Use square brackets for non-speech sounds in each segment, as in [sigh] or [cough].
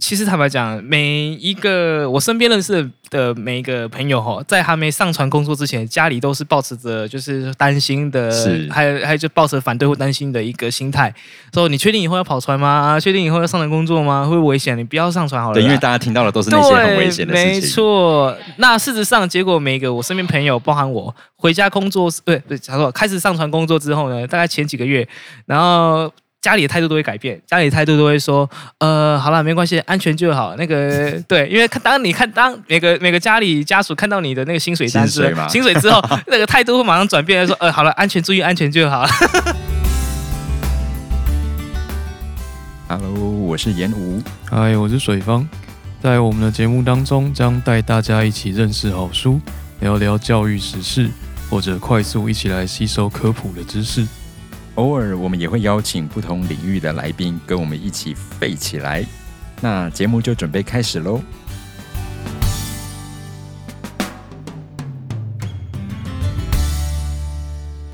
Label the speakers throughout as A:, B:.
A: 其实坦白讲，每一个我身边认识的每一个朋友哈，在还没上船工作之前，家里都是抱持着就是担心的，
B: 是
A: 还有还有就抱着反对或担心的一个心态，说你确定以后要跑船吗？啊确定以后要上船工作吗？会不会危险，你不要上船好了啦。
B: 对，因为大家听到的都是
A: 对，
B: 那些很危险的
A: 没
B: 事情。
A: 错，那事实上，结果每个我身边朋友，包含我，回家工作，呃对对，假如开始上传工作之后呢，大概前几个月，然后。家里的态度都会改变，家里的态度都会说，呃，好了，没关系，安全就好。那个，对，因为看当你看当每个每个家里家属看到你的那个薪水单之
B: 薪水
A: 后，
B: 嘛
A: 薪水之
B: [laughs]
A: 后，那个态度会马上转变，说，呃，好了，安全，注意安全就好。
B: Hello，我是严吴。
C: 嗨，哎我是水方，在我们的节目当中，将带大家一起认识好书，聊聊教育时事，或者快速一起来吸收科普的知识。
B: 偶尔我们也会邀请不同领域的来宾跟我们一起废起来。那节目就准备开始喽。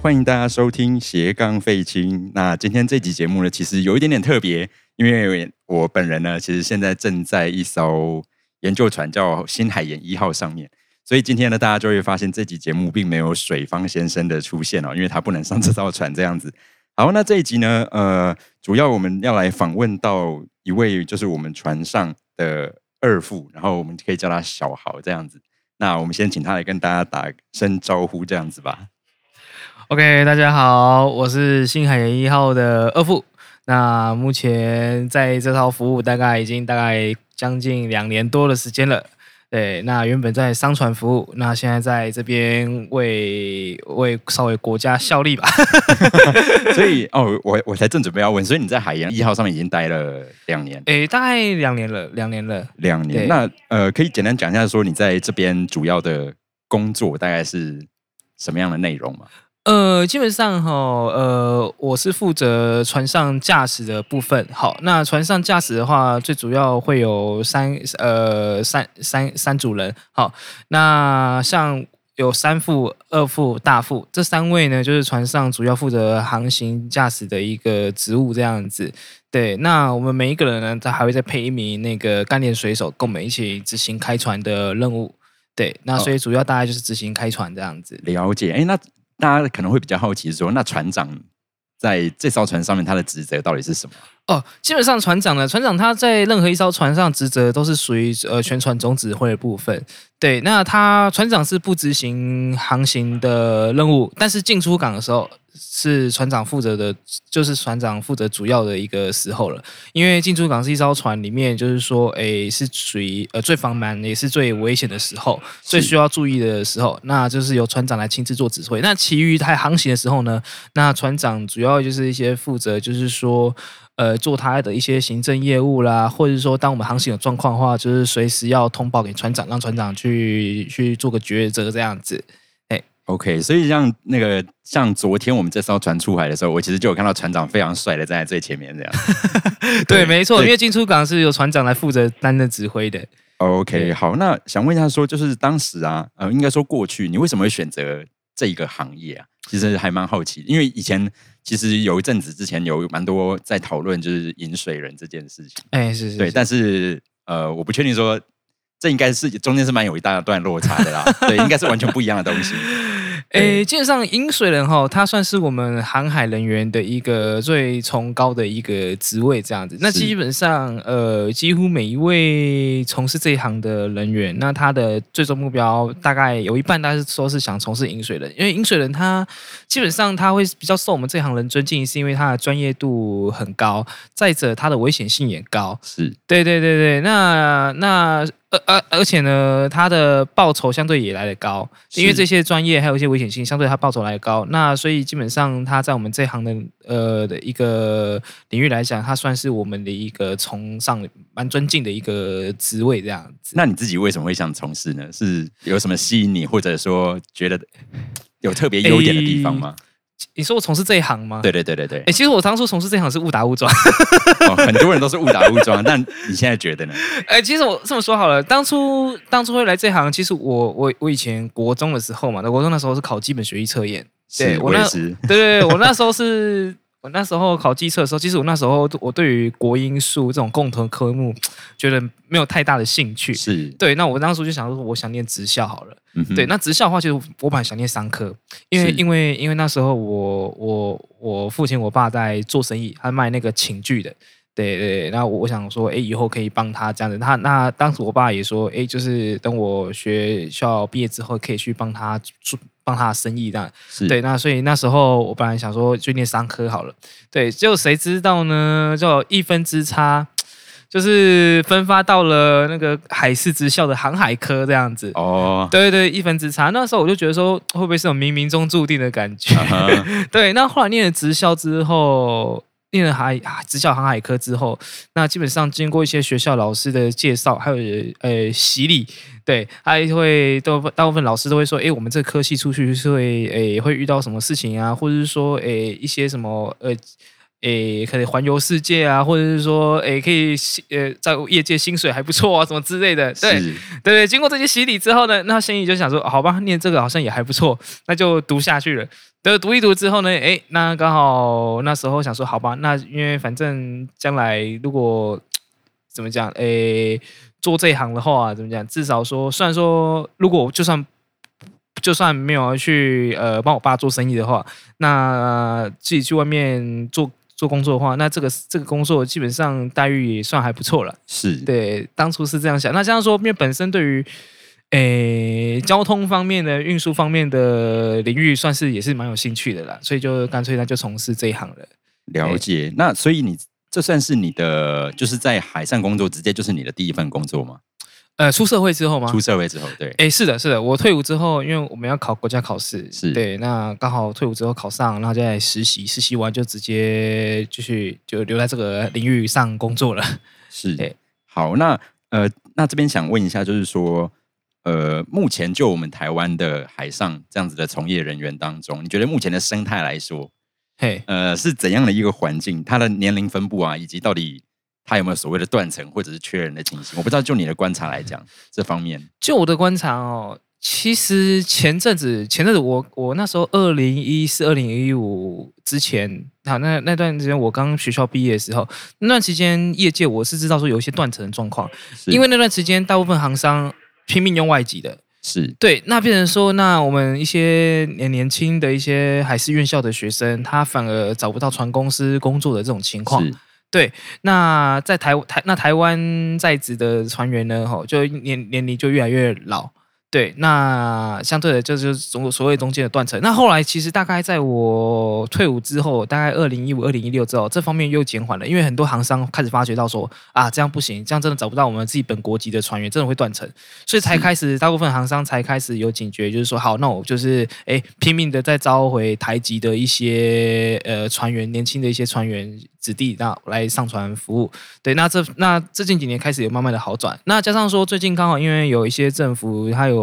B: 欢迎大家收听斜杠废青。那今天这集节目呢，其实有一点点特别，因为我本人呢，其实现在正在一艘研究船叫新海研一号上面。所以今天呢，大家就会发现这集节目并没有水方先生的出现哦，因为他不能上这艘船这样子。好，那这一集呢，呃，主要我们要来访问到一位就是我们船上的二副，然后我们可以叫他小豪这样子。那我们先请他来跟大家打声招呼这样子吧。
A: OK，大家好，我是星海研一号的二副。那目前在这套服务大概已经大概将近两年多的时间了。对，那原本在商船服务，那现在在这边为为稍微国家效力吧。
B: 所以哦，我我才正准备要问，所以你在海洋一号上面已经待了两年，
A: 诶，大概两年了，两年了。
B: 两
A: 对
B: 年。那呃，可以简单讲一下说你在这边主要的工作大概是什么样的内容吗？
A: 呃，基本上哈，呃，我是负责船上驾驶的部分。好，那船上驾驶的话，最主要会有三呃三三三组人。好，那像有三副、二副、大副这三位呢，就是船上主要负责航行驾驶的一个职务这样子。对，那我们每一个人呢，他还会再配一名那个干练水手，跟我们一起执行开船的任务。对，那所以主要大概就是执行开船这样子。
B: 了解，哎，那大家可能会比较好奇说，那船长在这艘船上面他的职责到底是什么？
A: 哦，基本上船长呢，船长他在任何一艘船上职责都是属于呃全船总指挥的部分。对，那他船长是不执行航行的任务，但是进出港的时候是船长负责的，就是船长负责主要的一个时候了。因为进出港是一艘船里面，就是说，诶，是属于呃最防蛮，也是最危险的时候，最需要注意的时候，那就是由船长来亲自做指挥。那其余他航行的时候呢，那船长主要就是一些负责，就是说，呃，做他的一些行政业务啦，或者是说，当我们航行有状况的话，就是随时要通报给船长，让船长去去做个抉择这样子。
B: OK，所以像那个像昨天我们这艘船出海的时候，我其实就有看到船长非常帅的站在最前面这
A: [laughs]
B: 样。
A: 对，没错，
B: 对
A: 因为进出港是由船长来负责担任指挥的。
B: OK，
A: 对
B: 好，那想问一下说，就是当时啊，呃，应该说过去你为什么会选择这一个行业啊？其实还蛮好奇，因为以前其实有一阵子之前有蛮多在讨论就是饮水人这件事情。
A: 哎，是是
B: 对，
A: 是
B: 但是呃，我不确定说这应该是中间是蛮有一大段落差的
A: [laughs]
B: 啦。对，应该是完全不一样的东西。
A: 诶，基本上饮水人哈，他算是我们航海人员的一个最崇高的一个职位，这样子。那
B: 是
A: 基本上，呃，几乎每一位从事这一行的人员，那他的最终目标大概有一半，大家是说是想从事饮水人，因为饮水人他基本上他会比较受我们这行人尊敬，是因为他的专业度很高，再者他的危险性也高。
B: 是
A: 对对对对，那那而而而且呢，他的报酬相对也来得高，
B: 是
A: 因为这些专业还有一些危险性，相对他报酬来得高。那所以基本上他在我们这行的呃的一个领域来讲，他算是我们的一个崇尚蛮尊敬的一个职位这样子。
B: 那你自己为什么会想从事呢？是有什么吸引你，或者说觉得有特别优点的地方吗？
A: 哎你说我从事这一行吗？。
B: 对对对对对
A: 哎、，其实我当初从事这一行是误打误 [laughs] 撞。
B: 哦，很多人都是误打误撞，但你现在
A: [laughs]
B: 觉得呢？
A: 哎、其实我这么说好了，当初当初会来这行，其实我我我以前国 [laughs] 中的时候嘛，那国中的时候是考基本学历测验，对
B: 是
A: 我
B: 我也
A: 那
B: 是，
A: 对对对，我那时候是我那时候考机测的时候，其实我那时候我对于国英数这种共同科目觉得没有太大的兴趣。
B: 是，
A: 对，那我当时就想说，我想念职校好了。
B: 嗯哼
A: 对，那职校的话，其实我本来想念商科，因为
B: 是
A: 因为因为那时候我我我父亲我爸在做生意，他卖那个寝具的。对对，那我我想说，哎，以后可以帮他这样子。他那当时我爸也说，哎，就是等我学校毕业之后，可以去帮他做帮他的生意这样。
B: 是
A: 对，那所以那时候我本来想说就念商科好了，对，就谁知道呢？就一分之差，就是分发到了那个海事职校的航海科这样子。
B: 哦，
A: 对对，一分之差。那时候我就觉得说，会不会是种冥冥中注定的感觉？
B: 啊哈
A: [laughs] 对，那后来念了职校之后，念了海啊职校航海科之后，那基本上经过一些学校老师的介绍，还有呃洗礼，对，还会都大部分老师都会说，诶，我们这科系出去是会诶会遇到什么事情啊，或者是说诶一些什么呃。诶，可以环游世界啊，或者是说，诶，可以呃，在业界薪水还不错啊，什么之类的。对，
B: 是
A: [laughs] 对对，经过这些洗礼之后呢，那心里就想说，好吧，念这个好像也还不错，那就读下去了。对，读一读之后呢，诶，那刚好那时候想说，好吧，那因为反正将来如果怎么讲，诶，做这一行的话，怎么讲，至少说，虽然说如果我就算就算没有去呃帮我爸做生意的话，那自己去外面做做工作的话，那这个这个工作基本上待遇也算还不错了。
B: 是，
A: 对，当初是这样想。那这样说，因为本身对于诶交通方面的、运输方面的领域，算是也是蛮有兴趣的啦，所以就干脆那就从事这一行了。
B: 了解。那所以你这算是你的，就是在海上工作，直接就是你的第一份工作吗？
A: 呃，出社会之后吗？
B: 出社会之后，对，
A: 诶，是的，是的，我退伍之后，因为我们要考国家考试，
B: 是
A: 对，那刚好退伍之后考上，然后再来实习，实习完就直接继续就留在这个领域上工作了。
B: 是
A: 对。
B: 好，那呃，那这边想问一下，就是说，呃，目前就我们台湾的海上这样子的从业人员当中，你觉得目前的生态来说，
A: 嘿，
B: 呃，是怎样的一个环境？它的年龄分布啊，以及到底它有没有所谓的断层或者是缺人的情形？我不知道，就你的观察来讲，这方面
A: 就我的观察哦，其实前阵子前阵子我我那时候二零一四二零一五之前，好那那段时间我刚学校毕业的时候，那段期间业界我是知道说有一些断层的状况，
B: 是
A: 因为那段时间大部分行商拼命用外籍的，
B: 是
A: 对，那变成说，那我们一些年年轻的一些海事院校的学生，他反而找不到船公司工作的这种情况。
B: 是
A: 那在台台那台湾在职的船员呢，吼，就年年龄就越来越老。对，那相对的，这就是所所谓中间的断层。那后来其实大概在我退伍之后，大概二零一五、二零一六之后，这方面又减缓了，因为很多行商开始发觉到说，啊，这样不行，这样真的找不到我们自己本国籍的船员，真的会断层，所以才开始大部分行商才开始有警觉，就是说，好，那我就是哎拼命的在招回台籍的一些呃船员，年轻的一些船员子弟，那来上船服务。对，那这那最近几年开始有慢慢的好转，那加上说最近刚好因为有一些政府它有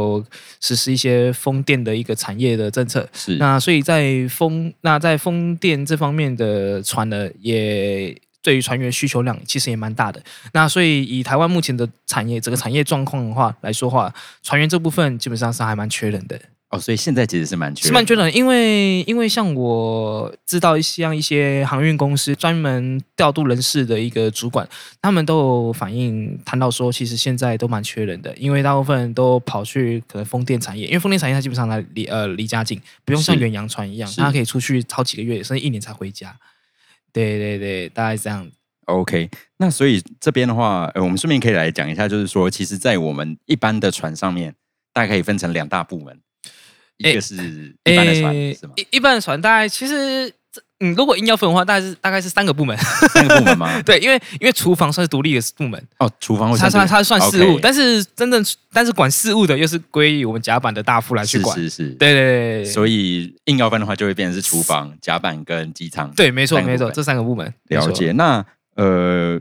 A: 实施一些风电的一个产业的政策，
B: 是
A: 那所以在风那在风电这方面的船呢，也对于船员需求量其实也蛮大的。那所以以台湾目前的产业整个产业状况的话来说话，船员这部分基本上是还蛮缺人的。
B: 哦，所以现在其实是蛮缺人
A: 是蛮缺人，因为因为像我知道一些像一些航运公司专门调度人事的一个主管，他们都有反映谈到说，其实现在都蛮缺人的，因为大部分人都跑去可能风电产业，因为风电产业它基本上来离呃离家近，不用像
B: 是
A: 远洋船一样，
B: 是
A: 它可以出去好几个月，甚至一年才回家。对对对，大概是这样。
B: OK，那所以这边的话，呃，我们顺便可以来讲一下，就是说，其实，在我们一般的船上面，大概可以分成两大部门，一
A: 诶
B: 个是一般的船、
A: 诶
B: 是吗？
A: 一一般的船大概其实这，嗯，如果硬要分的话，大概是大概是三个部门。？
B: 三个部门吗
A: [laughs] 对，因为因为厨房算是独立的部门。
B: 哦，厨房会
A: 它算
B: 这个
A: 它算事务
B: OK，
A: 但是真正但是管事务的又是归我们甲板的大副来去管。
B: 是是是，
A: 对对对对，
B: 所以硬要分的话，就会变成是厨房、甲板跟机舱。
A: 对，没错
B: 三个
A: 没
B: 部
A: 错，
B: 门
A: 这三个部门没
B: 了
A: 错
B: 解。那呃，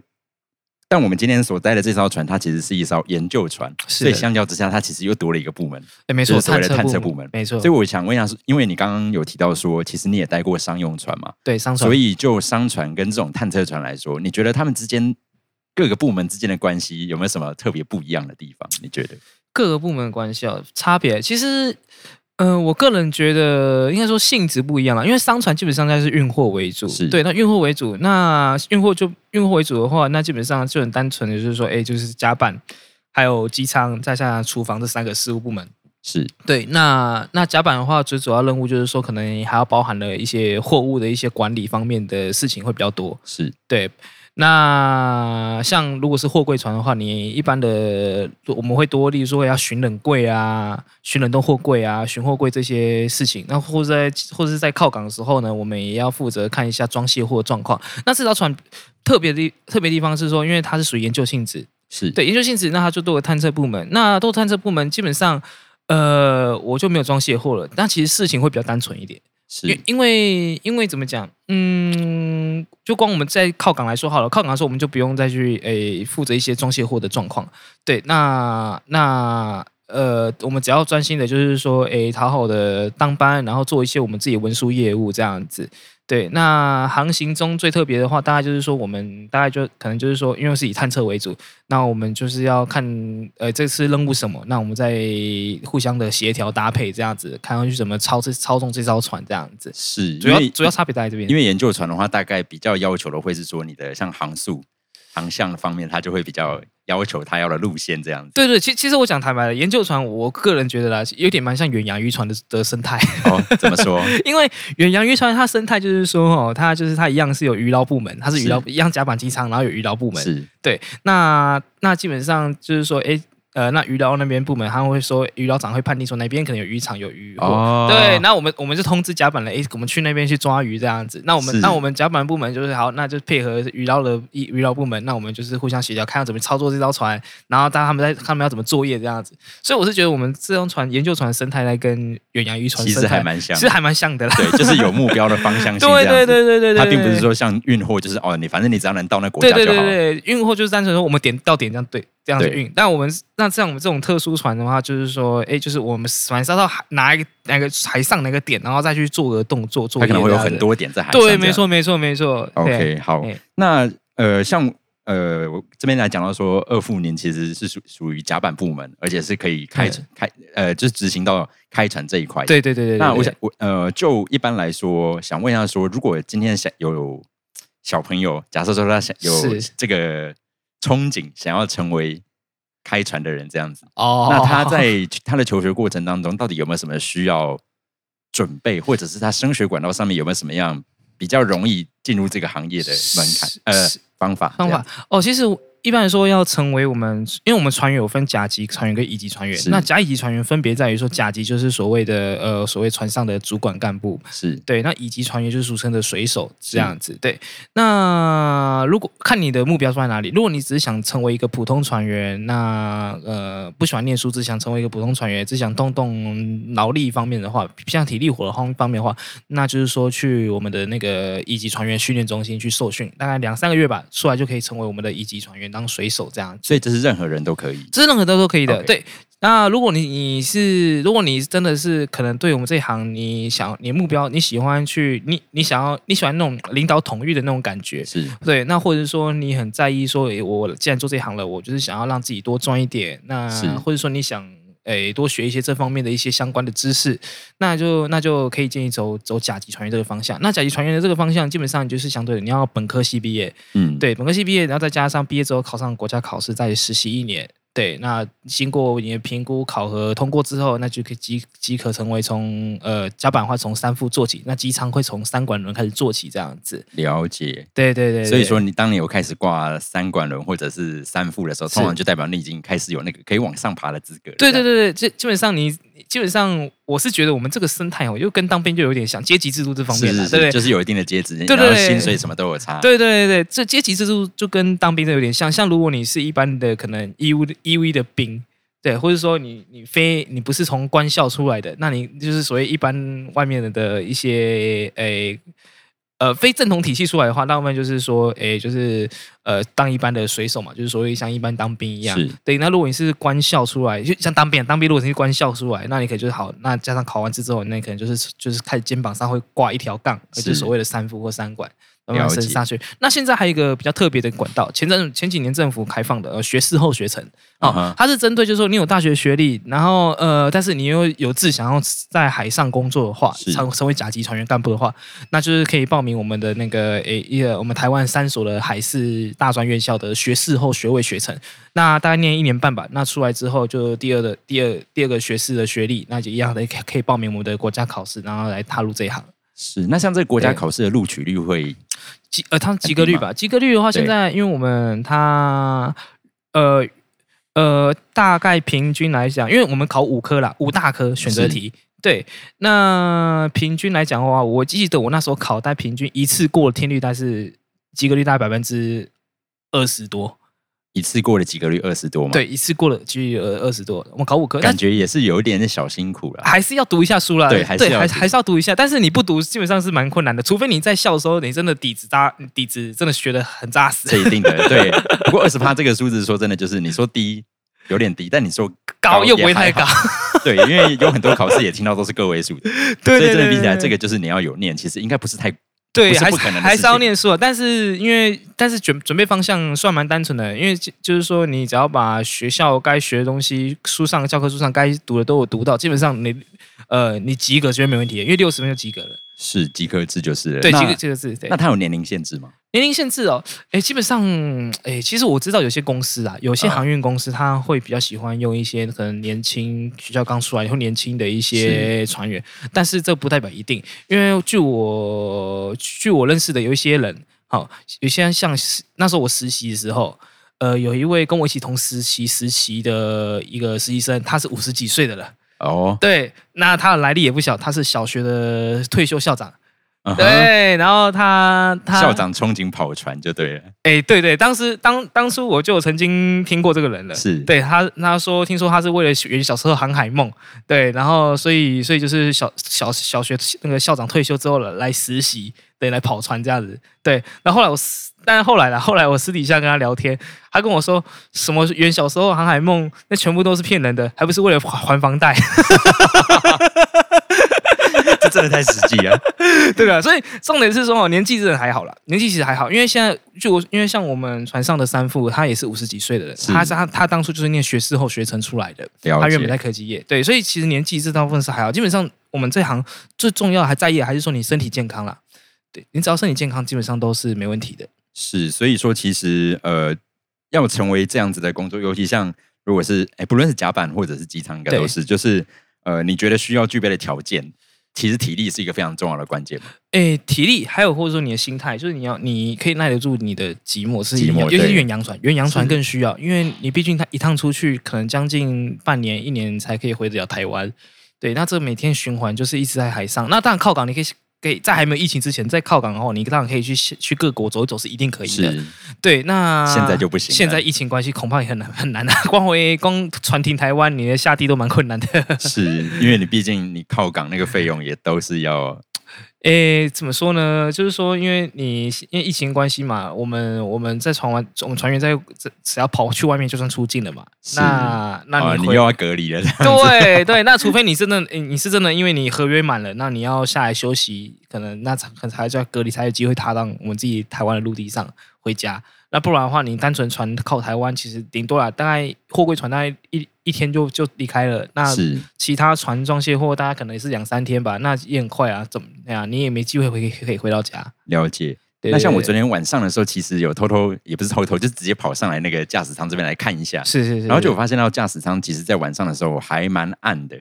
B: 但我们今天所在的这艘船，它其实是一艘研究船，
A: 是
B: 所以
A: 的
B: 相较之下，它其实又多了一个部门。
A: 哎没错，
B: 就是所谓的
A: 探
B: 探测
A: 部
B: 部门
A: 没错
B: 所以，我想问一下，是因为你刚刚有提到说，其实你也待过商用船嘛？
A: 对商船
B: 所。以就商船跟这种探测船来说，你觉得他们之间各个部门之间的关系有没有什么特别不一样的地方？你觉得？
A: 啊各个部门的关系哦，差别其实呃，我个人觉得应该说性质不一样了，因为商船基本上它是运货为主
B: 是，
A: 对，那运货为主，那运货就运货为主的话，那基本上就很单纯的就是说，哎，就是甲板，还有机舱，再加上厨房这三个事务部门。
B: 是
A: 对，那那甲板的话，最主要任务就是说，可能还要包含了一些货物的一些管理方面的事情会比较多。
B: 是
A: 对，那像如果是货柜船的话，你一般的我们会多，例如说要巡冷柜啊、巡冷冻货柜啊、巡货柜这些事情。那或者在或者是在靠港的时候呢，我们也要负责看一下装卸货的状况。那这条船特别的特别地方是说，因为它是属于研究性质，
B: 是，
A: 对研究性质，那它就多个探测部门。那多个探测部门基本上，呃，我就没有装卸货了。但其实事情会比较单纯一点，因为
B: 是
A: 因为因为怎么讲，嗯，就光我们在靠港来说好了，靠港来说我们就不用再去诶、负责一些装卸货的状况。对，那那。呃，我们只要专心的，就是说，诶，好好的当班，然后做一些我们自己文书业务这样子。对，那航行中最特别的话，大概就是说，我们大概就可能就是说，因为是以探测为主，那我们就是要看，呃，这次任务什么，那我们再互相的协调搭配，这样子，看上去怎么操这操纵这艘船这样子。
B: 是，
A: 主要
B: 因为
A: 主要差别在这边，
B: 因为研究船的话，大概比较要求的会是说你的像航速、航向方面，它就会比较要求它要的路线这样子。
A: 对对，其其实我讲坦白了，研究船，我个人觉得啦，有点蛮像远洋渔船的的生态，
B: [laughs]
A: [laughs]
B: 哦，怎么 [laughs] 说？
A: 因为远洋渔船它生态就是说，哦，它就是它一样是有渔捞部门，它是
B: 是
A: 渔捞一样甲板机舱，然后有渔捞部门，
B: 是
A: 对，那那基本上就是说，诶，呃，那渔捞那边部门他们会说，渔捞长会判定说哪边可能有渔场有渔获，
B: 哦
A: 对，那我们我们就通知甲板了，诶，我们去那边去抓鱼这样子。那我
B: 是
A: 们那我们甲板部门就是好，那就配合渔捞的一渔捞部门，那我们就是互相协调，看要怎么操作这艘船，然后当他们在他们要怎么作业这样子。所以我是觉得我们这种船研究船生态在跟远洋渔船
B: 其
A: 生
B: 实还
A: 态
B: 蛮像
A: 其
B: 的，
A: 实还蛮像的啦。
B: 对，就是有目标的方向性这样
A: 啊 [laughs] 对对
B: 子。
A: 对对对对，
B: 它并不是
A: 对
B: 说像运货，就是哦，你反正你只要能到那国
A: 对
B: 家
A: 对
B: 就
A: 对
B: 好。
A: 对，运货就是单纯说我们点到点这样对这样子
B: 对
A: 运。但我们那像我们这种特殊船的话，就是说，哎，就是我们船上到海哪一个哪个海上哪个点，然后再去做个动作做。
B: 它可能会有很。多点在海上。
A: 对，没。错没错没错。对
B: OK，好
A: 哎，
B: 那呃，像呃，我这边来讲到说，二副您其实是属属于甲板部门，而且是可以开
A: 嗯
B: 开呃，就是执行到开船这一块。
A: 对对对对。
B: 那
A: 对
B: 我想，我呃，就一般来说，想问一下说，如果今天想有小朋友，假设说他想有
A: 是
B: 这个憧憬，想要成为开船的人这样子，
A: 哦，
B: 那他在他的求学过程当中，到底有没有什么需要准备，或者是他升学管道上面有没有什么样比较容易进入这个行业的门槛？呃
A: 是，
B: 方法
A: [laughs] 方
B: 这
A: 法
B: 样
A: 哦，其实一般来说要成为我们，因为我们船员有分甲级船员跟乙级船员
B: 是。
A: 那甲乙级船员分别在于说，甲级就是所谓的呃所谓船上的主管干部，
B: 是
A: 对，那以及船员就是俗称的水手这样子。对，那如果看你的目标放在哪里，如果你只是想成为一个普通船员，那呃不喜欢念书，只想成为一个普通船员，只想动动劳力方面的话，像体力活方方面的话，那就是说去我们的那个乙级船员训练中心去受训，大概两三个月吧，出来就可以成为我们的乙级船员当水手这样子。
B: 所以这是任何人都可以。
A: 这是任何都都可以的。
B: OK
A: 对，那如果你你是如果你真的是可能对我们这一行，你想你目标你喜欢去你你想要你喜欢那种领导统御的那种感觉。
B: 是
A: 对，那或者说你很在意说，诶我既然做这一行了，我就是想要让自己多赚一点。那
B: 是
A: 或者说你想，诶，多学一些这方面的一些相关的知识，那就那就可以建议走走甲级船员这个方向。那甲级船员的这个方向，基本上就是相对的，你要本科系毕业，
B: 嗯，
A: 对，本科系毕业，然后再加上毕业之后考上国家考试，再实习一年。对，那经过你的评估考核通过之后，那就可以即即可成为从呃甲板的话从三副做起，那机舱会从三管轮开始做起这样子。
B: 了解。
A: 对对对对
B: 所以说，你当你有开始挂三管轮或者是三副的时候，
A: 是
B: 通常就代表你已经开始有那个可以往上爬的资格了。
A: 对对
B: 这样，
A: 对对，基基本上你基本上我是觉得我们这个生态哦，又跟当兵就有点像阶级制度这方面
B: 是
A: 啦，
B: 是
A: 对不
B: 是，
A: 对？
B: 就是有一定的阶级，
A: 对
B: 然
A: 对
B: 后
A: 对
B: 薪水什么都有差。
A: 对对对对，这阶级制度就跟当兵的有点像。像如果你是一般的可能义务义务役的兵，对，或者说你你非你不是从官校出来的，那你就是所谓一般外面的一些诶。呃，非正统体系出来的话，大部分就是说，诶，就是呃，当一般的水手嘛，就是所谓像一般当兵一样
B: 是。
A: 对，那如果你是官校出来，就像当兵啊，当兵如果你是官校出来，那你可能就是好，那加上考完试之后，那你可能就是就是开始肩膀上会挂一条杠，就是是所谓的三副或三管。慢慢
B: 了
A: 深
B: 解
A: 下去。那现在还有一个比较特别的管道，前阵前几年政府开放的呃学士后学程
B: 嗯
A: 哦
B: 哼，
A: 它是针对就是说你有大学学历，然后呃，但是你又有志想要在海上工作的话，
B: 是
A: 成成为甲级船员干部的话，那就是可以报名我们的那个诶一个我们台湾三所的海事大专院校的学士后学位学程。那大概念一年半吧。那出来之后，就第二的第二第二个学士的学历，那就一样的可以可以报名我们的国家考试，然后来踏入这一行。
B: 是，那像这个国家
A: 对
B: 考试的录取率会
A: 及呃，它是及格率
B: 很低
A: 吧，及格率的话，现
B: 对
A: 在因为我们它呃呃大概平均来讲，因为我们考五科啦，五大科选择
B: 是
A: 题。对，那平均来讲的话，我记得我那时候考，大概平均一次过的听率，大概是及格率大概百分之二十多。
B: 一次过了及格率二十多吗？，
A: 对，一次过了就呃二十多。我们考五科，那
B: 嗯感觉也是有一点点小辛苦
A: [laughs]
B: 了。
A: 还是要读一下书啦，
B: 对还是要
A: 还
B: 读
A: 还是要读一下。但是你不读，基本上是蛮困难的，除非你在校的时候，你真的底子扎，底子真的学的很扎
B: 这
A: 实。
B: 一定的，对。不过二十趴这个数字，说真的，就是你说低有点低，但你说
A: 高又不会
B: 也
A: 太
B: 还
A: 高，
B: 好，对，因为有很多考试也听到都是个位数的，
A: [laughs] 对
B: 所以
A: 对
B: 真的
A: 对
B: 比起来，
A: 对
B: 这个就是你要有念，其实应该不是太
A: 对，
B: 不是
A: 还
B: 不可能的
A: 还
B: 事
A: 是要
B: 情
A: 念书啊。但是因为但是准准备方向算蛮单纯的，因为就就是说你只要把学校该学的东西，书上教科书上该读的都有读到，基本上你呃你及格绝对没问题，因为六十分就及格了。
B: 是及格制就是了。
A: 对，
B: 那
A: 及格这个字对
B: 那。它有年龄限制吗？
A: 年龄限制哦，哎，基本上，哎，其实我知道有些公司啊，有些
B: 嗯
A: 航运公司，他会比较喜欢用一些可能年轻学校刚出来以后年轻的一些船员，但是这不代表一定，因为据我据我认识的有一些人，好、有些像是那时候我实习的时候，呃，有一位跟我一起同实习实习的一个实习生，他是五十几岁的了，
B: 哦，
A: 对，那他的来历也不小，他是小学的退休校长，啊
B: 嗯哼
A: 对，啊然后他他
B: 校。长憧憬跑船就对了，
A: 哎、对对，当时当当初我就曾经听过这个人了，
B: 是
A: 对他他说听说他是为了圆小时候航海梦，对，然后所以所以就是小小小学那个校长退休之后了来实习，对，来跑船这样子，对，然后后来我私但是后来啦，后来我私底下跟他聊天，他跟我说什么圆小时候航海梦，那全部都是骗人的，还不是为了还还房贷。
B: 这真的太实
A: [laughs]
B: 际了。
A: 对啊，所以重点是说哦，年纪真的还好啦，年纪其实还好，因为现在就我，因为像我们船上的三副，他也是五十几岁的人，
B: 是
A: 他他他当初就是念学士后学成出来的，
B: 了解
A: 他原本在科技业，对，所以其实年纪这大部分是还好，基本上我们这行最重要的还在意的还是说你身体健康啦，对你只要身体健康，基本上都是没问题的。
B: 是，所以说其实呃，要成为这样子的工作，尤其像如果是哎，不论是甲板或者是机舱，应该
A: 对
B: 都是，就是呃，你觉得需要具备的条件，其实体力是一个非常重要的关键嘛。
A: 诶，体力还有或者说你的心态，就是你要你可以耐得住你的寂寞是一定要
B: 寂寞
A: 尤其是
B: 对
A: 远洋船，远洋船
B: 是
A: 更需要，因为你毕竟它一趟出去可能将近半年一年才可以回得了台湾，对，那这每天循环就是一直在海上，那当然靠港你可以。可以在还没有疫情之前，在靠港的话，你当然可以去去各国走一走，是一定可以的。
B: 是，
A: 对，那
B: 现在就不行了
A: 现在疫情关系，恐怕也很难很难啊。 [laughs] 光回光船停台湾，你的下地都蛮困难的。
B: 是因为你毕竟你靠港那个费用也都是要
A: 诶，怎么说呢？就是说，因为你因为疫情关系嘛，我们我们在船完，我们船员在只只要跑去外面就算出境了嘛。
B: 是
A: 那 [laughs] 那
B: 啊，
A: 你
B: 你
A: 回、
B: 又
A: [laughs]
B: 要隔离了。
A: 对对，那除非你真的诶你是真的，因为你合约满了，那你要下来休息，可能那才可能才叫隔离，才有机会踏到我们自己台湾的陆地上回家。那不然的话，你单纯船靠台湾，其实顶多啦，大概货柜船大概一一天就就离开了。那
B: 是
A: 其他船装卸货，大家可能也是两三天吧，那也很快啊，怎么样？你也没机会回可以回到家。
B: 了解。
A: 对
B: 那像我
A: 对
B: 昨天晚上的时候，其实有偷偷，也不是偷偷，就直接跑上来那个驾驶舱这边来看一下。
A: 是是是，
B: 然后就我发现到驾驶舱其实在晚上的时候还蛮暗的，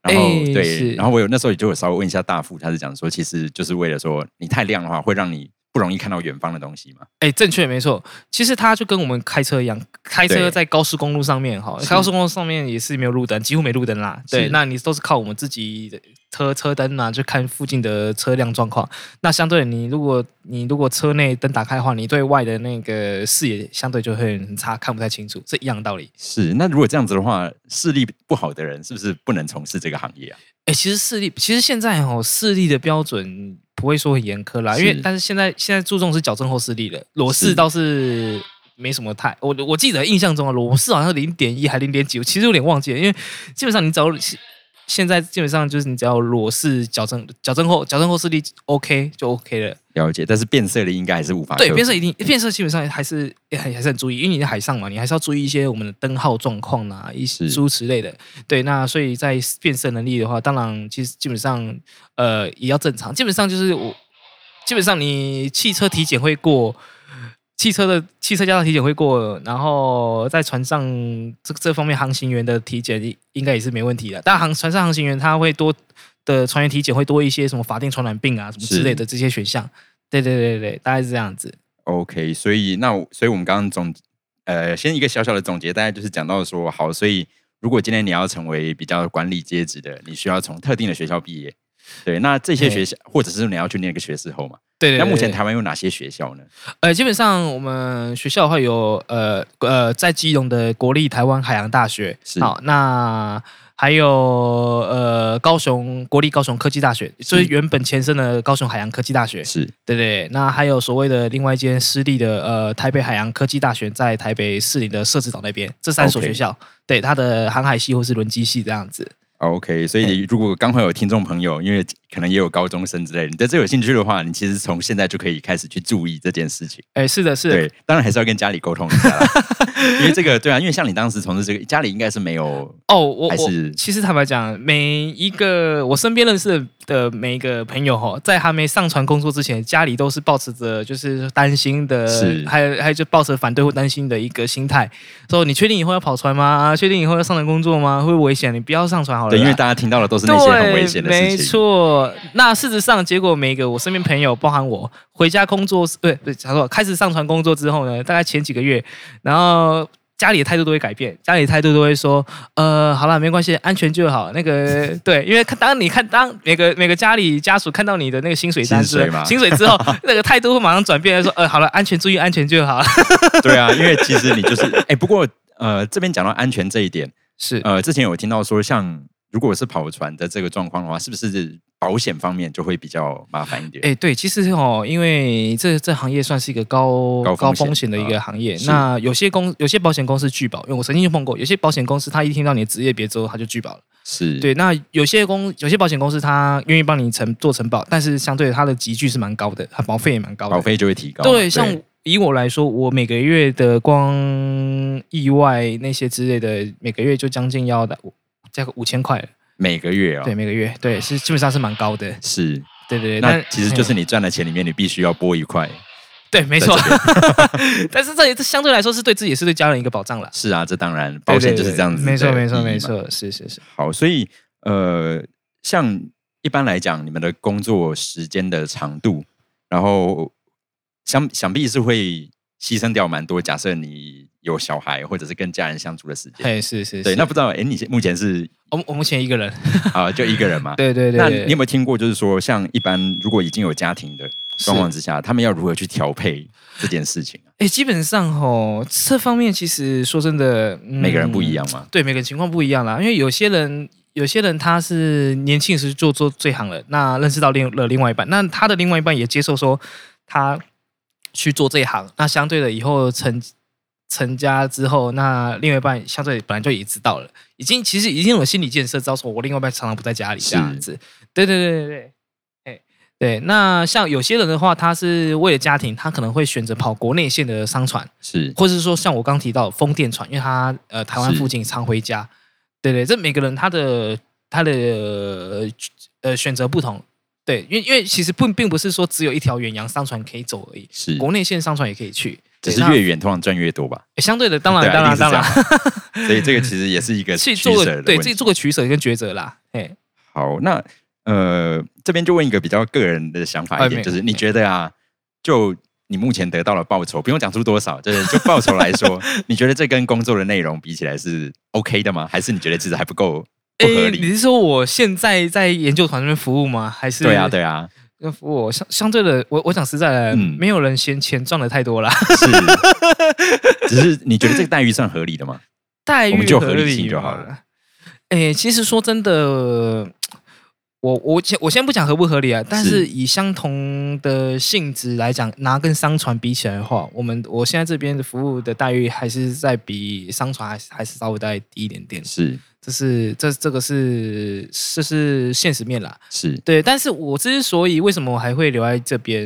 B: 然后、
A: 哎是
B: 对，然后我有那时候也就有稍微问一下大副，他是讲说，其实就是为了说你太亮的话会让你不容易看到远方的东西嘛。
A: 哎，正确没错。其实它就跟我们开车一样，开车
B: 对
A: 在高速公路上面哈，
B: 是
A: 高速公路上面也是没有路灯，几乎没路灯啦。对，
B: 是
A: 那你都是靠我们自己的车车灯啊，就看附近的车辆状况。那相对的你如果你如果车内灯打开的话，你对外的那个视野相对就会很差，看不太清楚，这一样的道理。
B: 是，那如果这样子的话，视力不好的人是不是不能从事这个行业啊？
A: 哎、其实视力，其实现在哦，视力的标准不会说很严苛啦，因为
B: 是
A: 但是现在现在注重是矫正后视力了，裸视
B: 是
A: 倒是没什么太，我我记得印象中啊，裸视好像零点一还零点几，我其实有点忘记了，因为基本上你只要现在基本上就是你只要裸视矫正、矫正后、矫正后视力 OK 就 OK 了。
B: 了解，但是变色力应该还是无法克
A: 啊对，
B: 服
A: 变色一定变色基本上还是也很还是很注意，因为你在海上嘛，你还是要注意一些我们的灯号状况啊，一些
B: 是
A: 诸如此类的。对，那所以在变色能力的话，当然其实基本上呃也要正常，基本上就是我基本上你汽车体检会过。汽车的汽车驾照体检会过，然后在船上这这方面航行员的体检应应该也是没问题的。但航船上航行员他会多的船员体检会多一些什么法定传染病啊什么之类的这些选项。对对对对，大概是这样子。
B: OK，所以那我所以我们刚刚总呃，先一个小小的总结，大概就是讲到说，好，所以如果今天你要成为比较管理阶级的，你需要从特定的学校毕业。对，那这些学校，或者是你要去念一个学士后嘛？
A: 对对
B: 那目前
A: 对
B: 台湾有哪些学校呢？
A: 呃，基本上我们学校的话有呃呃，在基隆的国立台湾海洋大学，
B: 是
A: 好，那还有呃高雄国立高雄科技大学，就是原本前身的高雄海洋科技大学，
B: 是
A: 对对。那还有所谓的另外一间私立的呃台北海洋科技大学，在台北市里的社子岛那边，这三所
B: OK
A: 学校对它的航海系或是轮机系这样子。
B: 啊 OK，所以如果刚好有听众朋友，因为可能也有高中生之类的，你对这有兴趣的话，你其实从现在就可以开始去注意这件事情。
A: 哎，是的，是的，
B: 对，当然还是要跟家里沟通一下啦， [laughs] 因为这个对啊，因为像你当时从事这个，家里应该是没有
A: 哦，我
B: 还
A: 我
B: 是
A: 其实坦白讲，每一个我身边认识的每一个朋友哈，在还没上船工作之前，家里都是抱持着就是担心的，
B: 是
A: 还有还有就抱着反对或担心的一个心态，说你确定以后要跑船吗？啊确定以后要上船工作吗？会不会危险？你不要上船好了啦。
B: 对，因为大家听到的都是那些很危险的
A: 对
B: 事
A: 没
B: 情。
A: 错，那事实上，结果每一个我身边朋友，包含我，回家工作，对对，假如说开始上船工作之后呢，大概前几个月，然后。家里的态度都会改变，家里的态度都会说，呃，好了，没关系，安全就好。那
B: [laughs]
A: 个，对，因为看当你看当每个每个家里家属看到你的那个薪水单之
B: 薪水
A: 后，
B: 嘛
A: 薪水之后，那个态度会马上转变，说，呃，好了，安全，注意安全就好。
B: 对啊，因为其实你就是 [laughs] 哎、不过呃，这边讲到安全这一点，
A: 是，
B: 呃，之前有听到说，像如果是跑船的这个状况的话，是不是保险方面就会比较麻烦一点？
A: 哎、对，其实哦，因为这这行业算是一个高
B: 高风险啊
A: 风险的一个行业。
B: 是
A: 那有些公有些保险公司拒保，因为我曾经就碰过，有些保险公司他一听到你的职业别之后，他就拒保了。
B: 是，
A: 对，那有些公有些保险公司他愿意帮你承做承保，但是相对的它的集聚是蛮高的，它保费也蛮高的。
B: 保费就会提高嘛。
A: 对，像以我来说，我每个月的光意外那些之类的，每个月就将近要的加个五千块了。
B: 每个月哦，
A: 对，每个月对是基本上是蛮高的。
B: 是，
A: 对对对，
B: 那
A: 但哎
B: 其实就是你赚的钱里面，你必须要拨一块。
A: 对，没错。 [laughs] 但是这也是相对来说是对自己也是对家人一个保障啦。
B: 是啊，这当然，保险就是这样子的
A: 对对对没错，
B: 意义
A: 没
B: 嘛
A: 错，没错，是是是。
B: 好，所以呃，像一般来讲，你们的工作时间的长度，然后想想必是会牺牲掉蛮多。假设你有小孩，或者是跟家人相处的时间，
A: 嘿，是是是。
B: 对，那不知道哎，诶你现目前是
A: 我们我目前一个人，？
B: 啊、就一个人嘛
A: 对对对。
B: 那
A: 对
B: 你有没有听过，就是说，像一般如果已经有家庭的状况
A: 是
B: 之下，他们要如何去调配这件事情啊？
A: 哎，基本上吼，这方面其实说真的，嗯
B: 每个人不一样嘛。
A: 对，每个人情况不一样啦。因为有些人，有些人他是年轻时做做最行了，那认识到另了另外一半，那他的另外一半也接受说他去做这一行，那相对的以后成成家之后，那另外一半相对本来就也知道了，已经其实已经有心理建设，知道说我另外一半常常不在家里
B: 是
A: 这样子。对对对对对。哎对，那像有些人的话，他是为了家庭，他可能会选择跑国内线的商船，
B: 是
A: 或者是说像我刚提到风电船，因为它呃台湾
B: 是
A: 附近常回家，对对，这每个人他的他的呃呃选择不同，对，因为因为其实并并不是说只有一条远洋商船可以走而已，
B: 是，
A: 国内线商船也可以去，
B: 嗯只
A: 对
B: 是
A: 那
B: 越远通常赚越多吧？
A: 相对的，当
B: 对
A: 然当
B: 啊
A: 然
B: 一定
A: 当然，
B: 是这样嘛所以这个其实也是一个
A: 去
B: 取
A: 做
B: 舍的
A: 个对
B: 问
A: 自己
B: 题
A: 做个取舍跟抉择啦，哎，
B: 好，那呃，这边就问一个比较个人的想法一
A: 哎
B: 点，
A: 没
B: 就是你觉得啊，就你目前得到了报酬，不用讲出多少，就是就报酬
A: [laughs]
B: 来说，你觉得这跟工作的内容比起来是 OK 的吗？还是你觉得其实还不够不合
A: 哎诶你
B: 理？
A: 是说我现在在研究团那边服务吗？还是
B: 对啊，对啊，
A: 要服务我相相对的，我我讲实在的，
B: 嗯
A: 没有人嫌钱赚的太多啦。
B: 是，
A: [laughs]
B: 只是你觉得这个待遇算合理的吗？
A: 待遇哎
B: 我们就合
A: 合
B: 理性就
A: 嘛
B: 好了。
A: 诶，其实说真的，我我先我先不讲合不合理啊，但
B: 是
A: 是以相同的性质来讲，拿跟商船比起来的话，我们我现在这边的服务的待遇还是在比商船还是还是稍微再低一点点，
B: 是
A: 这是这这个是这是现实面啦。
B: 是
A: 对，但是我之所以为什么我还会留在这边，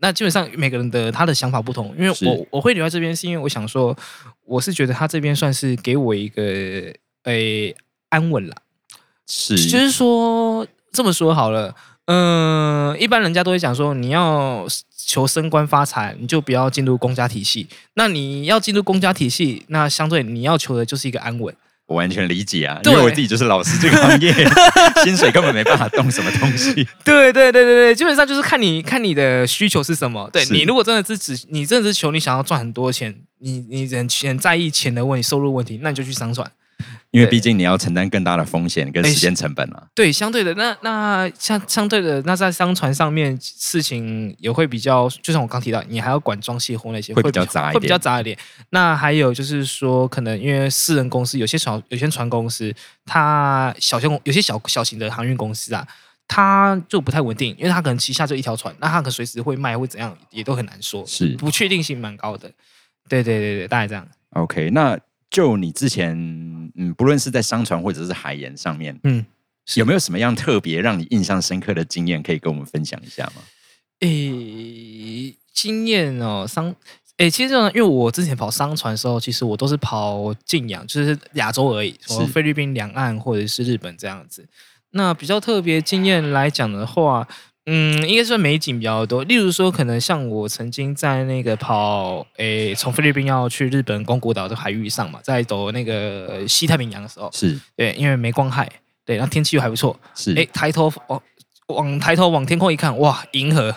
A: 那基本上每个人的他的想法不同，因为
B: 是，
A: 我我会留在这边，是因为我想说，我是觉得他这边算是给我一个诶、安稳啦，就是是说这么说好了，嗯、一般人家都会讲说，你要求升官发财，你就不要进入公家体系，那你要进入公家体系，那相对你要求的就是一个安稳。
B: 我完全理解啊，因
A: 对
B: 为我自己就是老师这个
A: [laughs]
B: 行业，薪水根本没办法动什么东西。
A: 对对对对对，基本上就是看你看你的需求是什么。对
B: 是
A: 你如果真的是只你真的是求你想要赚很多钱，你你很很在意钱的问题、收入问题，那你就去商转。
B: 因为
A: 对
B: 毕竟你要承担更大的风险跟
A: 哎
B: 时间成本啊。
A: 对，相对的，那那相相对的，那在商船上面事情也会比较，就像我刚提到，你还要管装卸货那些，
B: 会比较杂一
A: 会比较
B: 点
A: 杂一点。那还有就是说，可能因为私人公司有些小有些船公司，它小型公有些小小型的航运公司啊，它就不太稳定，因为它可能旗下就一条船，那它可能随时会卖会怎样，也都很难说，
B: 是
A: 不确定性蛮高的。对对对对，大概这样。
B: OK，那就你之前，嗯，不论是在商船或者是海盐上面，
A: 嗯，
B: 有没有什么样特别让你印象深刻的经验可以跟我们分享一下吗？
A: 诶，经验哦，商诶，其实这种因为我之前跑商船的时候，其实我都是跑近洋，就是亚洲而已，什么
B: 是
A: 菲律宾两岸或者是日本这样子。那比较特别经验来讲的话，嗯，应该算美景比较多。例如说，可能像我曾经在那个跑诶，从菲律宾要去日本宫古岛的海域上嘛，在走那个西太平洋的时候，
B: 是
A: 对，因为没光害，对，然后天气又还不错，
B: 是，
A: 诶，抬头往往抬头往天空一看，哇，银河。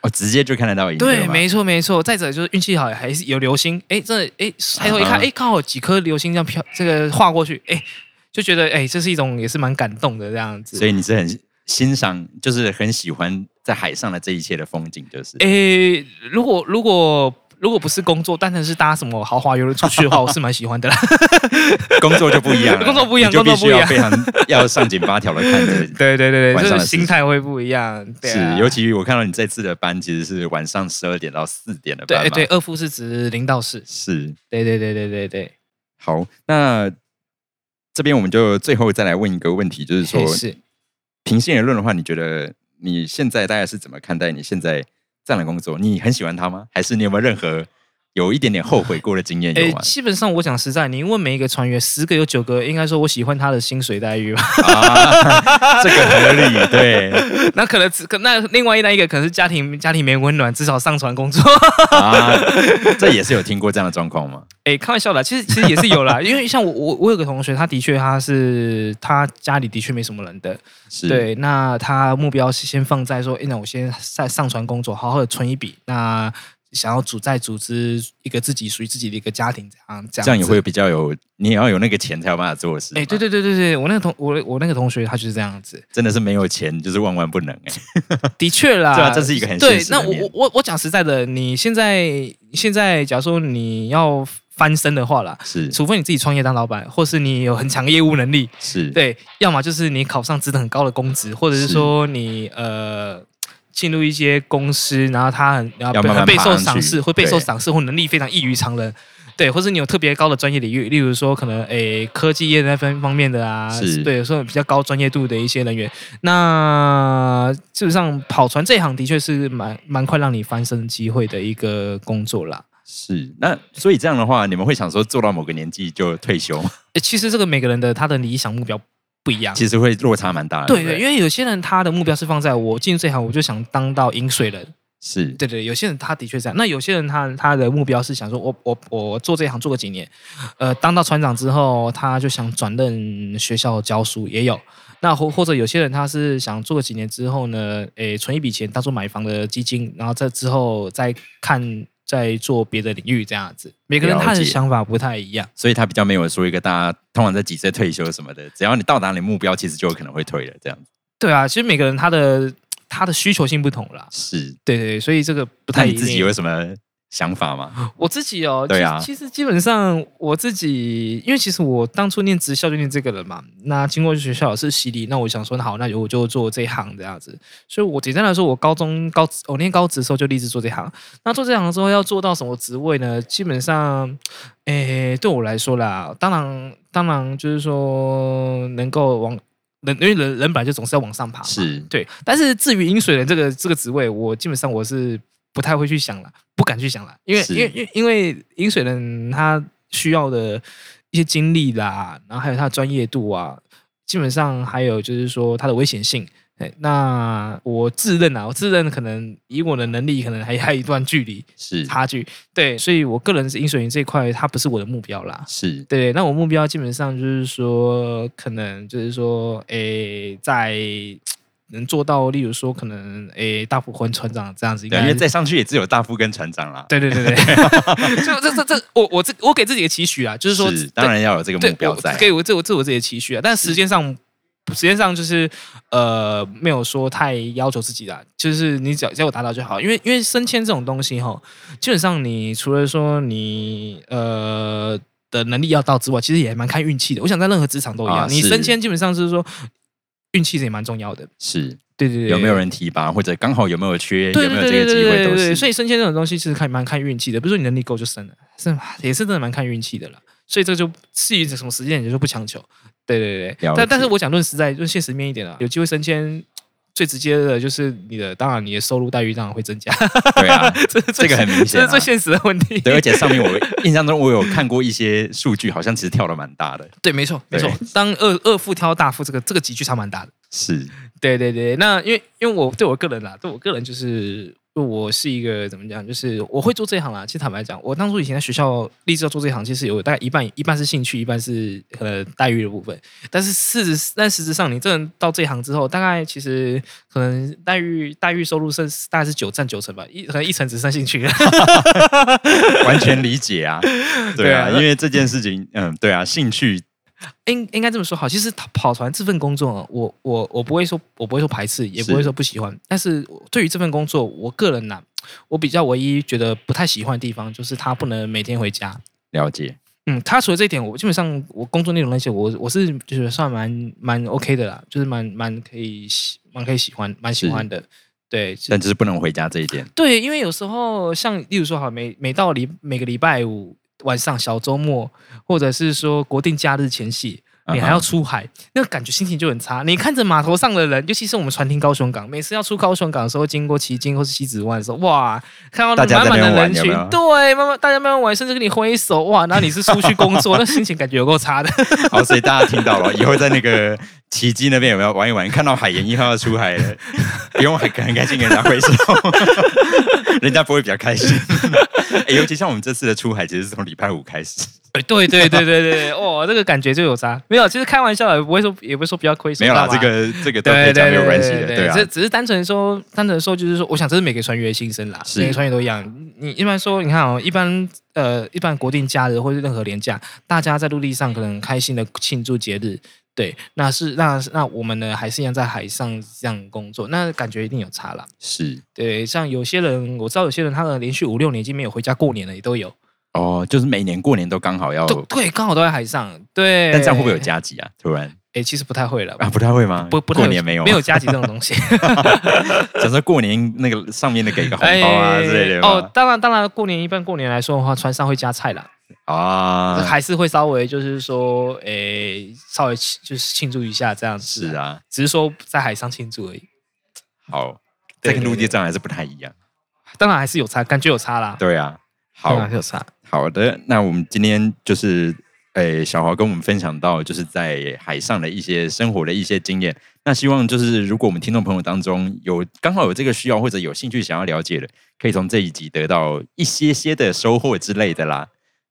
B: 哦，直接就看得到银河
A: 对，
B: 吗
A: 没错没错。再者就是运气好，还是有流星。哎，真的，哎，抬头一看，
B: 啊哈
A: 哎、刚好有几颗流星这样飘，这个划过去，哎，就觉得哎，这是一种也是蛮感动的这样子。
B: 所以你是很欣赏，就是很喜欢在海上的这一切的风景，就是。
A: 哎，如果如果如果不是工作，单纯是搭什么豪华游轮出去的
B: [laughs]
A: 话，我是蛮喜欢的啦。
B: 工作就不一样了，
A: 工作不一样
B: 你就必须要
A: 工作不
B: 非常 [laughs] 要上紧八条的看 [laughs] 着。
A: 对对对
B: 晚
A: 对，[laughs] 就
B: 上的
A: 是
B: 事情
A: 心态会不一样。对啊、
B: 是，尤其我看到你这次的班其实是晚上十二点到四点的
A: 对
B: 班
A: 哎
B: 嘛，
A: 对，二副是指零到四。
B: 是
A: 对对对对对对，
B: 好。那这边我们就最后再来问一个问题，就是说
A: 嘿，是。
B: 平心而论的话，你觉得你现在大概是怎么看待你现在这样的工作？你很喜欢它吗？还是你有没有任何有一点点后悔过的经验
A: 哎
B: 有，吗？
A: 基本上我讲实在，你问每一个船员，十个有九个应该说我喜欢他的薪水待遇吧。
B: 啊，这个合理，对
A: 那可能只可那另外那一个可能是家庭家庭没温暖，至少上船工作。 [laughs]
B: 啊，这也是有听过这样的状况吗？
A: 哎、开玩笑啦，其实其实也是有
B: [laughs]
A: 啦，因为像我我我有个同学，他的确他是他家里的确没什么人的，
B: 是，
A: 对，那他目标是先放在说，哎、那我先在上船工作，好好的存一笔，那想要组再组织一个自己属于自己的一个家庭，这样这样
B: 这样也
A: 子
B: 会比较有，你也要有那个钱才有办法做事。
A: 哎、对，对对对对，我那个同我我那个同学他就是这样子，
B: 真的是没有钱就是万万不能哎、
A: 的确啦，
B: [laughs] 对啊这是一个很现
A: 对。
B: 实的
A: 那我
B: 面
A: 我我我讲实在的，你现在现在假如说你要翻身的话啦，
B: 是
A: 除非你自己创业当老板，或是你有很强的业务能力，
B: 是，
A: 对，要么就是你考上职等很高的公职，或者是
B: 是
A: 说你呃进入一些公司，然后他很然后
B: 要慢
A: 很
B: 慢
A: 备
B: 爬
A: 受
B: 上
A: 赏
B: 去
A: 识，会备受
B: 对
A: 赏识或能力非常异于常人。对，或是你有特别高的专业领域，例如说可能诶科技业那方方面的啊，
B: 是
A: 对，有时候比较高专业度的一些人员，那基本上跑船这一行的确是蛮蛮快让你翻身机会的一个工作啦。
B: 是。那所以这样的话，你们会想说做到某个年纪就退休吗， [laughs]
A: 诶其实这个每个人的他的理想目标不一样，
B: 其实会落差蛮大的。
A: 对
B: 啊不
A: 对，因为有些人他的目标是放在我进这行，我就想当到饮水人。
B: 是
A: 对对，有些人他的确这样。那有些人他他的目标是想说我，我我做这一行做个几年，呃，当到船长之后，他就想转任学校教书，也有。那或或者有些人他是想做个几年之后呢，诶，存一笔钱当做买房的基金，然后再之后再看再做别的领域这样子。每个人他
B: 了
A: 的
B: 解
A: 想法不太一样。
B: 所以他比较没有说一个大家通常在几岁退休什么的，只要你到达你目标，其实就有可能会退了。这样子
A: 对啊，其实每个人他的他的需求性不同啦。
B: 是。
A: 对对，对所以这个不
B: 那
A: 太
B: 你
A: 一
B: 自己
A: 定
B: 有什么想
A: [laughs]
B: 法吗？
A: 我自己哦，
B: 对啊
A: 其其实基本上我自己，因为其实我当初念职校就念这个了嘛，那经过学校是洗礼，那我想说，那好，那我就做这一行这样子。所以我简单来说，我高中高职我念高职的时候就立志做这行。那做这行之后要做到什么职位呢？基本上，诶，对我来说啦，当然当然就是说能够往人，因为人人本来就总是要往上爬嘛，
B: 是
A: 对，但是至于饮水人这个这个职位，我基本上我是不太会去想了，不敢去想了，因为
B: 是
A: 因为因为因为饮水人他需要的一些经历啦，然后还有他的专业度啊，基本上还有就是说他的危险性。哎，那我自认啊，我自认可能以我的能力，可能还还有一段距离
B: 是
A: 差距。对，所以我个人是饮水人这一块，它不是我的目标啦。
B: 是
A: 对，那我目标基本上就是说，可能就是说，诶，在能做到，例如说，可能诶，大埔婚船长这样子，应
B: 对，啊
A: 该
B: 因为
A: 是
B: 再上去也只有大副跟船长啦。
A: 对对对
B: [laughs]
A: 对，就这这这，我我这我给自己的期许啊，就是说，
B: 当然要有这个
A: 对
B: 目
A: 对
B: 标
A: 我
B: 在啊。嗯
A: 给我这我这我自己的期许啊，但时间上。时间上就是，呃，没有说太要求自己啦，就是你只要只要我达到就好，因为因为升迁这种东西哈，基本上你除了说你呃的能力要到之外，其实也蛮看运气的。我想在任何职场都一样，
B: 啊
A: 你
B: 是
A: 升迁基本上就是说运气也蛮重要的。
B: 是
A: 对对对，
B: 有没有人提拔，或者刚好有没有缺，
A: 对对
B: 有没
A: 对
B: 有
A: 对
B: 这个
A: 对
B: 机
A: 对
B: 会
A: 对
B: 都
A: 对，所
B: 是。
A: 以升迁这种东西其实看蛮看运气的，不是说你能力够就升了，是也是真的蛮看运气的啦。所以这个就至于什么时间，也就不强求。对对对
B: 了，
A: 但但是
B: 解
A: 我讲论实在，论现实面一点啊，有机会升迁，最直接的就是你的，当然你的收入待遇当然会增加，
B: 对
A: [laughs]
B: 啊，
A: 这是最
B: 这个很明
A: [laughs] 这
B: 显啊
A: 是最现实的问题。
B: 对，而且上面我印象中我有看过一些数据，好像其实跳的蛮大的。
A: 对，没错没
B: 对
A: 错，当二二副挑大副，这个这个集距差蛮大的。
B: 是
A: 对对对，那因为因为我对我个人啦，对我个人就是我是一个怎么讲，就是我会做这一行啦。其实坦白讲，我当初以前在学校立志要做这一行，其实有大概一半一半是兴趣，一半是呃待遇的部分。但是事实但实质上，你真的到这一行之后，大概其实可能待遇待遇收入剩大概是九占九成吧，一可能一成只剩兴趣了。
B: 完全理解 [laughs] 啊，对
A: 对
B: 啊，
A: 啊
B: 因为这件事情，嗯，对啊，兴趣
A: 应应该这么说好，其实跑团这份工作啊，我我我不会说，我不会说排斥，也
B: 是
A: 不会说不喜欢。但是对于这份工作，我个人呐、我比较唯一觉得不太喜欢的地方，就是他不能每天回家。
B: 了解
A: 嗯，他除了这一点，我基本上我工作内容那些，我我是就是算蛮蛮 OK 的啦，就是蛮蛮可以喜，蛮可以喜欢，蛮喜
B: 是
A: 欢的。对，就
B: 但只是不能回家这一点。
A: 对，因为有时候像例如说好，每每到礼每个礼拜五晚上小周末，或者是说国定假日前夕，你还要
B: 嗯哼
A: 出海那个感觉心情就很差。你看着码头上的人，尤其是我们船厅高雄港，每次要出高雄港的时候，经过旗津或是西子湾的时候，哇，看到
B: 大家
A: 满
B: 在
A: 满
B: 那
A: 的
B: 边玩
A: 人
B: 有
A: 群，
B: 没有
A: 对，慢慢大家慢慢玩，甚至跟你挥手，哇，然后你是出去工
B: [laughs]
A: 作，那心情感觉有够差的。 [laughs]
B: 好，所以大家听到 [laughs] 了，以后在那个奇迹那边有没有玩一玩？看到海盐一号要出海 [laughs] 了，不用很很开心跟人家挥 [laughs] 手，人家不会比较开 [laughs] 心、诶尤其像我们这次的出海，其实是从礼拜五开始，
A: 哎对对对对对对，哦，这个感觉就有差。没有，其实开玩笑，也不会说，也不会说不要亏手
B: 没有
A: 干
B: 啦，
A: 嘛。
B: 这个这个都可以讲没有关系的，对啊
A: 只，只是单纯说，单纯说就是说，我想这是每个船员的心声啦，
B: 是
A: 每个船员都一样。你一般说，你看哦，一般呃，一般国定假日或是任何年假，大家在陆地上可能开心的庆祝节日，对，那是那那我们呢还是一样在海上这样工作，那感觉一定有差啦。
B: 是
A: 对，像有些人我知道，有些人他可能连续五六年已经没有回家过年了，也都有。哦
B: 哦，就是每年过年都刚好要，
A: 对对，刚好都在海上。对，
B: 但这样会不会有？加急啊？突然
A: 哎，其实不太会了。
B: 啊，不太会吗？
A: 不不太
B: 过年没有，
A: 没有，加急这种东西，
B: [laughs] 想说过年那个上面的给个红包啊之类的
A: 哦
B: 嘛，
A: 当然当然，过年一般过年来说的话，船上会加菜啦，
B: 啊，
A: 还是会稍微就是说，诶、稍微庆就是庆祝一下这样子。
B: 是，啊，
A: 只是说在海上庆祝而已。
B: 好，这
A: 对
B: 跟
A: 对
B: 陆地
A: 对
B: 上还是不太一样，
A: 当然还是有差，感觉有差啦。
B: 对啊，
A: 当然
B: 好
A: 还。是有差。
B: 好的，那我们今天就是，诶、小华跟我们分享到就是在海上的一些生活的一些经验。那希望就是，如果我们听众朋友当中有刚好有这个需要或者有兴趣想要了解的，可以从这一集得到一些些的收获之类的啦。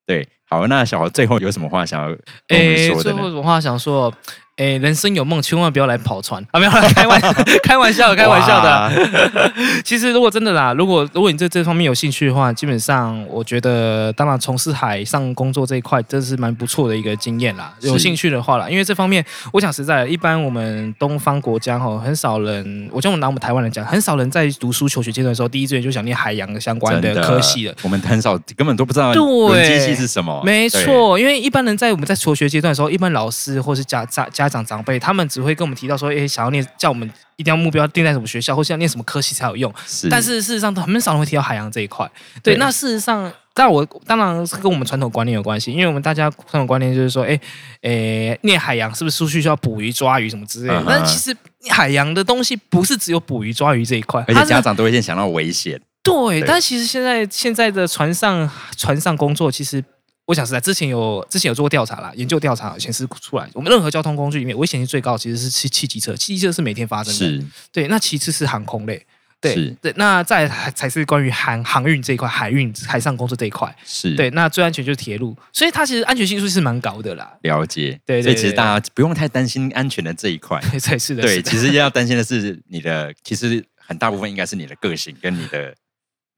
B: 对，好，那小华最后有什么话想要跟我们
A: 诶、
B: 说的
A: 最
B: 呢？
A: 后的话想说，哎，人生有梦，千万不要来跑船啊！没有 [laughs] 啦，开玩开玩笑的，开玩笑的啊。 [laughs] 其实如果真的啦，如果如果你对这方面有兴趣的话，基本上我觉得，当然从事海上工作这一块，真是蛮不错的一个经验啦。
B: 是
A: 有兴趣的话啦，因为这方面，我讲实在的，一般我们东方国家哈，很少人，我就拿我们台湾人讲，很少人在读书求学阶段的时候，第一志愿就想念海洋的相关
B: 真
A: 的
B: 的
A: 科系了。，
B: 我们很少，根本都不知道
A: 对
B: 轮机器是什么。
A: 没
B: 哦对，
A: 错，因为一般人在我们在求学阶段的时候，一般老师或是家家家长长辈，他们只会跟我们提到说，诶，想要念，叫我们一定要目标定在什么学校，或是要念什么科系才有用。
B: 是，
A: 但是事实上，很少人会提到海洋这一块。对，
B: 对
A: 那事实上，但我当然是跟我们传统观念有关系，因为我们大家传统观念就是说，哎，诶，念海洋是不是出去就要捕鱼、抓鱼什么之类的
B: 嗯哼？
A: 但是其实海洋的东西不是只有捕鱼、抓鱼这一块，
B: 而
A: 它
B: 且
A: 是
B: 家长都会先想到危险，
A: 对，
B: 对
A: 但其实现在现在的船上船上工作，其实我想实在，之前有之前有做过调查啦，研究调查显示出来，我们任何交通工具里面危险性最高其实是汽汽机车，汽机车是每天发生啊的，
B: 是
A: 对，那其次是航空类。
B: 是
A: 对对，那再来还才是关于航航运这一块，海运海上工作这一块，
B: 是，
A: 对，那最安全就是铁路，所以它其实安全系数是蛮高的啦。 [laughs]
B: 了解。
A: 对对
B: 所以其实
A: 对
B: 大家不用太担心安全的这一块。
A: [laughs] 对，才是的，
B: 对，
A: 是的
B: 其实要担心的是你的，其实很大部分应该是你的个性跟你的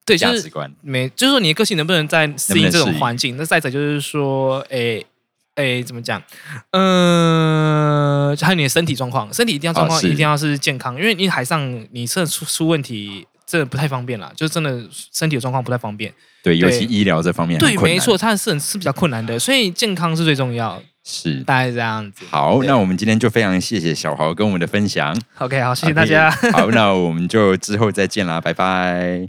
A: 对，就
B: 价
A: 是
B: 值观。
A: 没，就是说你的个性能不能在适
B: 能不
A: 应
B: 能
A: 这种
B: 适应
A: 环境？那再者就是说，诶、诶，怎么讲？嗯、还有你的身体状况，身体一定要状况、
B: 啊是
A: 一定要是健康，因为你海上你这出出问题，真的不太方便啦，就是真的身体的状况不太方便。
B: 对，尤其
A: 对
B: 医疗这方面很
A: 对，
B: 困难
A: 没错，，它是很是比较困难的，所以健康是最重要，
B: 是。
A: 大概是这样子。
B: 好，
A: 对
B: 那我们今天就非常谢谢小豪跟我们的分享，
A: [laughs] ，OK，好，谢谢大家。
B: 好，那我们就之后再见啦，拜拜。